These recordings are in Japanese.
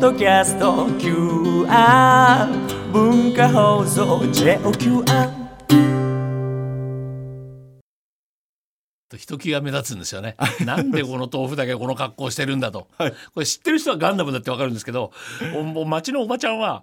ドキャスト QR 文化放送 JOQR ひときわ目立つんですよ ね。なんでこの豆腐だけこの格好してるんだと。これ知ってる 人はガンダムだってわかるんですけど、おもう町のおばちゃんは、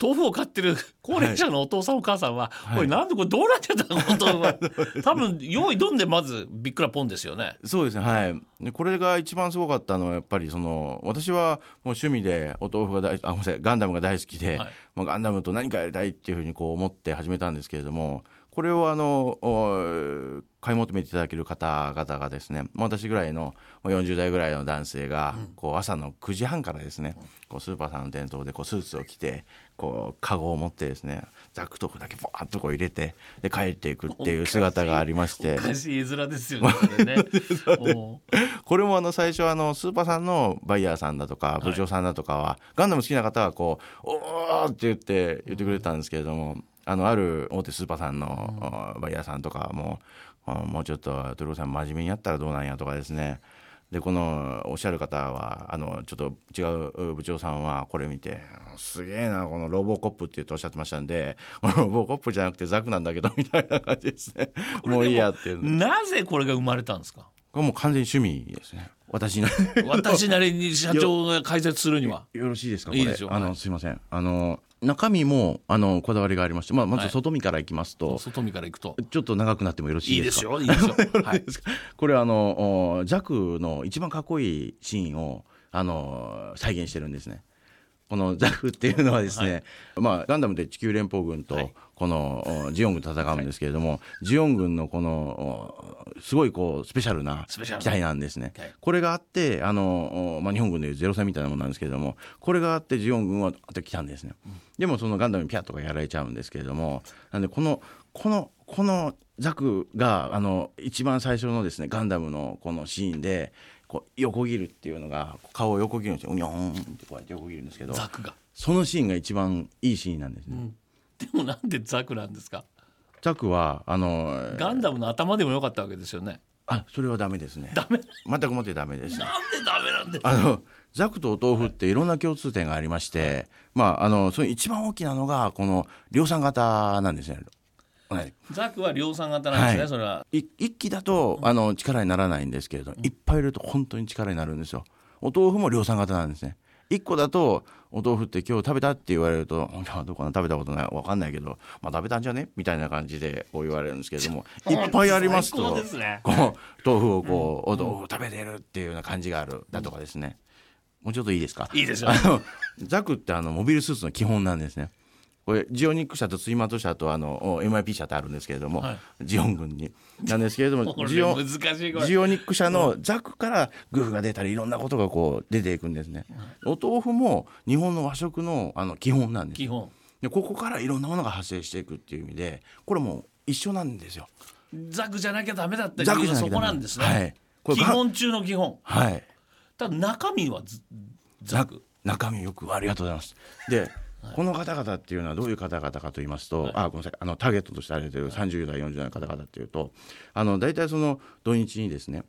豆腐を買ってる高齢者のお父さんお母さんは、これなんでこれどうなっちゃったのこの豆腐 は。多分、用意どんでまずびっくらポンですよね。そうですねはいでこれが一番すごかったのはやっぱりその私はもう趣味でお豆腐が大あごめんなさいガンダムが大好きで、はいまあ、ガンダムと何かやりたいっていうふうにこう思って始めたんですけれどもこれをあのお買い求めていただける方々がですねまあ私ぐらいのまあ40代ぐらいの男性がこう朝の9時半からですねこうスーパーさんの店頭でこうスーツを着てこうカゴを持ってですねザク豆腐だけバーッとこう入れてで帰っていくっていう姿がありましておかしい絵面ですよね、こ れね。もうこれもあの最初はあのスーパーさんのバイヤーさんだとか部長さんだとかは、ガンダム好きな方はこう「おー!」って言って言ってくれたんですけれども、あのある大手スーパーさんの、バイヤーさんとかもあもうちょっとトゥルーさん真面目にやったらどうなんやとかですねでこのおっしゃる方はあのちょっと違う部長さんはこれ見て「すげえなこのロボコップ」って言っておっしゃってましたんで 「ロボコップじゃなくてザクなんだけど」みたいな感じですねもういいやっていうなぜこれが生まれたんですかこれもう完全に趣味ですね私の私なりに社長が解説するには。よろしいですかこいれいですよあはのいすいませんあの中身もあのこだわりがありまして、まあ、まはずい外見からいきますと、外見から行くと。ちょっと長くなってもよろしいいいでですすか よ、いいですよ。はい。これはあのおジャクの一番かっこいいシーンをあの再現してるんですね。このザクっていうのはですね、まあガンダムで地球連邦軍はといこの、おジオン軍と戦うんですけれども、ジオン軍のこのおすごいこうスペシャルなスペシャルな機体なんですねはい。これがあってあの、おまあ、日本軍でいうゼロ戦みたいなものなんですけれどもこれがあってジオン軍はあって来たんですね。でもそのガンダムにピャッとかやられちゃうんですけれどもなんでこのこのこのザクがあの一番最初のですねガンダムのこのシーンでこう横切るっていうのが顔を横切るんですようにょーんってこうやって横切るんですけどザクが。そのシーンが一番いいシーンなんですね。でもなんでザクなんですかザクはあのガンダムの頭でもよかったわけですよね。あそれはダメですねダメ全くもってダメですなんでダメなんですあのザクとお豆腐っていろんな共通点がありまして、まああのその一番大きなのがこの量産型なんですね。はい、ザクは量産型なんですね、はいそれは。い一気だとあの力にならないんですけれど、いっぱい入れると本当に力になるんですよ。お豆腐も量産型なんですね。一個だとお豆腐って今日食べたって言われると「いやどうかな食べたことないわかんないけど、まあ、食べたんじゃね?」みたいな感じでこう言われるんですけれどもいっぱいあります最高とですね。この豆腐をこう、お豆腐を食べてるっていうような感じがあるだとかですね、もうちょっといいですかいいですよあ。のザクってあのモビルスーツの基本なんですね。これジオニック社とツイマート社とあのお MIP 社ってあるんですけれども、はいジオン軍になんですけれども これジオ難しいこジれ。オニック社のザクからグーフが出たりいろんなことがこう出ていくんですね。お豆腐も日本の和食のあの基本なんです基本。でここからいろんなものが発生していくっていう意味でこれもう一緒なんですよ。ザクじゃなきゃダメだったザク理じ由ゃはなそきゃこダメなんですね。はいこれ基本中の基本。はいただ中身はずザク。中身よくありがとうございます。で、この方々っていうのはどういう方々かと言いますと、あごめんなさいあのターゲットとしてあれてる30代40代の方々っていうとあの大体その土日にですね、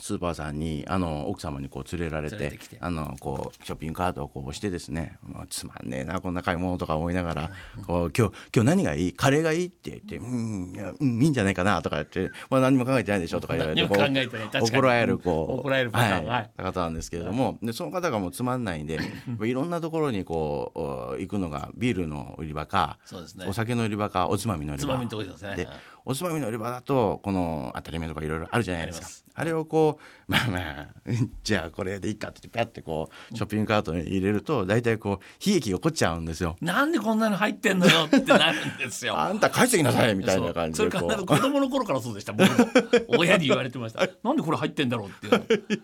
スーパーさんにあの奥様にこう連れられて連れてきてあのこうショッピングカートをこう押してですねもうつまんねえなこんな買い物とか思いながらこう今日今日何がいいカレーがいいって言ってうんいやうんいいんじゃないかなとか言って、まあ、何も考えてないでしょとか言われて何も考えてない確かにこう怒られるこう怒られるパターンはい方なんですけれども、でその方がもうつまんないんでいろんなところにこうお行くのがビールの売り場か、そうですねお。酒の売り場かおつまみの売りつ場まみのとこですね。ではいおつまみの売り場だとこの当たり前とかいろいろあるじゃないですあかりますあれをこうまあまあ うんじゃあこれでいいかってパッてこうショッピングカートに入れると大体こう悲劇が起こっちゃうんですよ。なんでこんなの入ってんのよってなるんですよ。あんた帰ってきなさいみたいな感じでそうそこれからう子供の頃からそうでした僕も親に言われてま したなんでこれ入ってんだろうっていう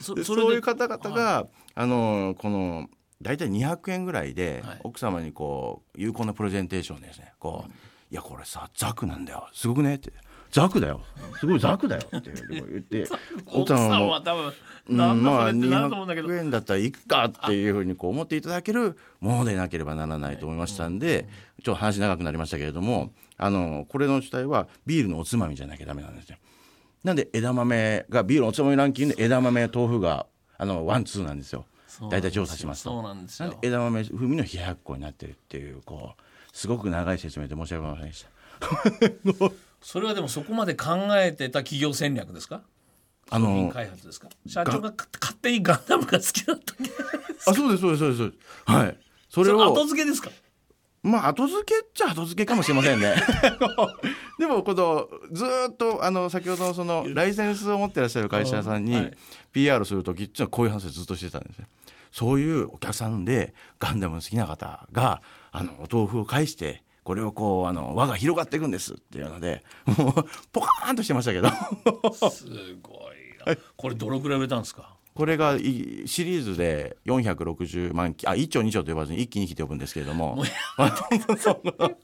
そでそそれでういう方々が、あのこの大体200円ぐらいで、はい奥様にこう有効なプレゼンテーションですねこう、いやこれさザクなんだよすごくね」って「ザクだよすごいザクだよ」って言って 奥さんは多分うんなんだまそれあってなると思うんだけど、 200円だったらいっかっていうふうにこう思っていただけるものでなければならないと思いましたんでちょっと話長くなりましたけれどもあのこれの主体はビールのおつまみじゃなきゃダメなんですよ。なんで枝豆がビールのおつまみランキングで枝豆豆腐があのワンツーなんですよ。大体調査しますそうとなんですなんでよ枝豆風味の冷ややっこになってるっていうこうすごく長い説明で申し訳ございませんでしたそれはでもそこまで考えてた企業戦略ですかあ商品の開発ですか社長が勝手にガンダムが好きだ ったけどあそうですそうですそうですそうですはいそそれれを後付けですかまあ後付けっちゃ後付けかもしれませんね でもこのずーっとあの先ほどのそのライセンスを持ってらっしゃる会社さんはにい PR する時っていうのはこういう話をずっとしてたんですねそういうお客さんでガンダムの好きな方があのお豆腐を介してこれをこうあの輪が広がっていくんですっていうのでもうポカーンとしてましたけどすごいなこれどのくらい売れたんですかこれがいシリーズで460万機あ1丁2丁と呼ばずに1機2機と呼ぶんですけれども スー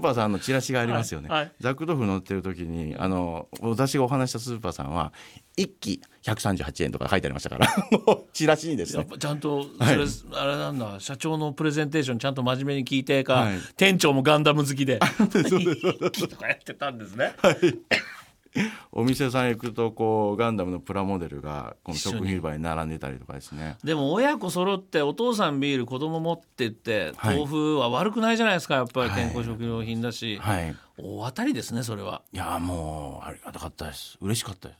パーさんのチラシがありますよね、はいはいザクドフ乗ってる時にあの私がお話ししたスーパーさんは1機138円とか書いてありましたから もうチラシにですやっねぱちゃんとそれ、あれなんだ社長のプレゼンテーションちゃんと真面目に聞いてか、はい店長もガンダム好き で一 気とかやってたんですね、お店さん行くとこうガンダムのプラモデルがこの一緒に食品売場に並んでたりとかですねでも親子揃ってお父さんビール子供持ってってはい豆腐は悪くないじゃないですかやっぱりはい健康食料品だし、はい大当たりですねそれはいやもうありがたかったです嬉しかったです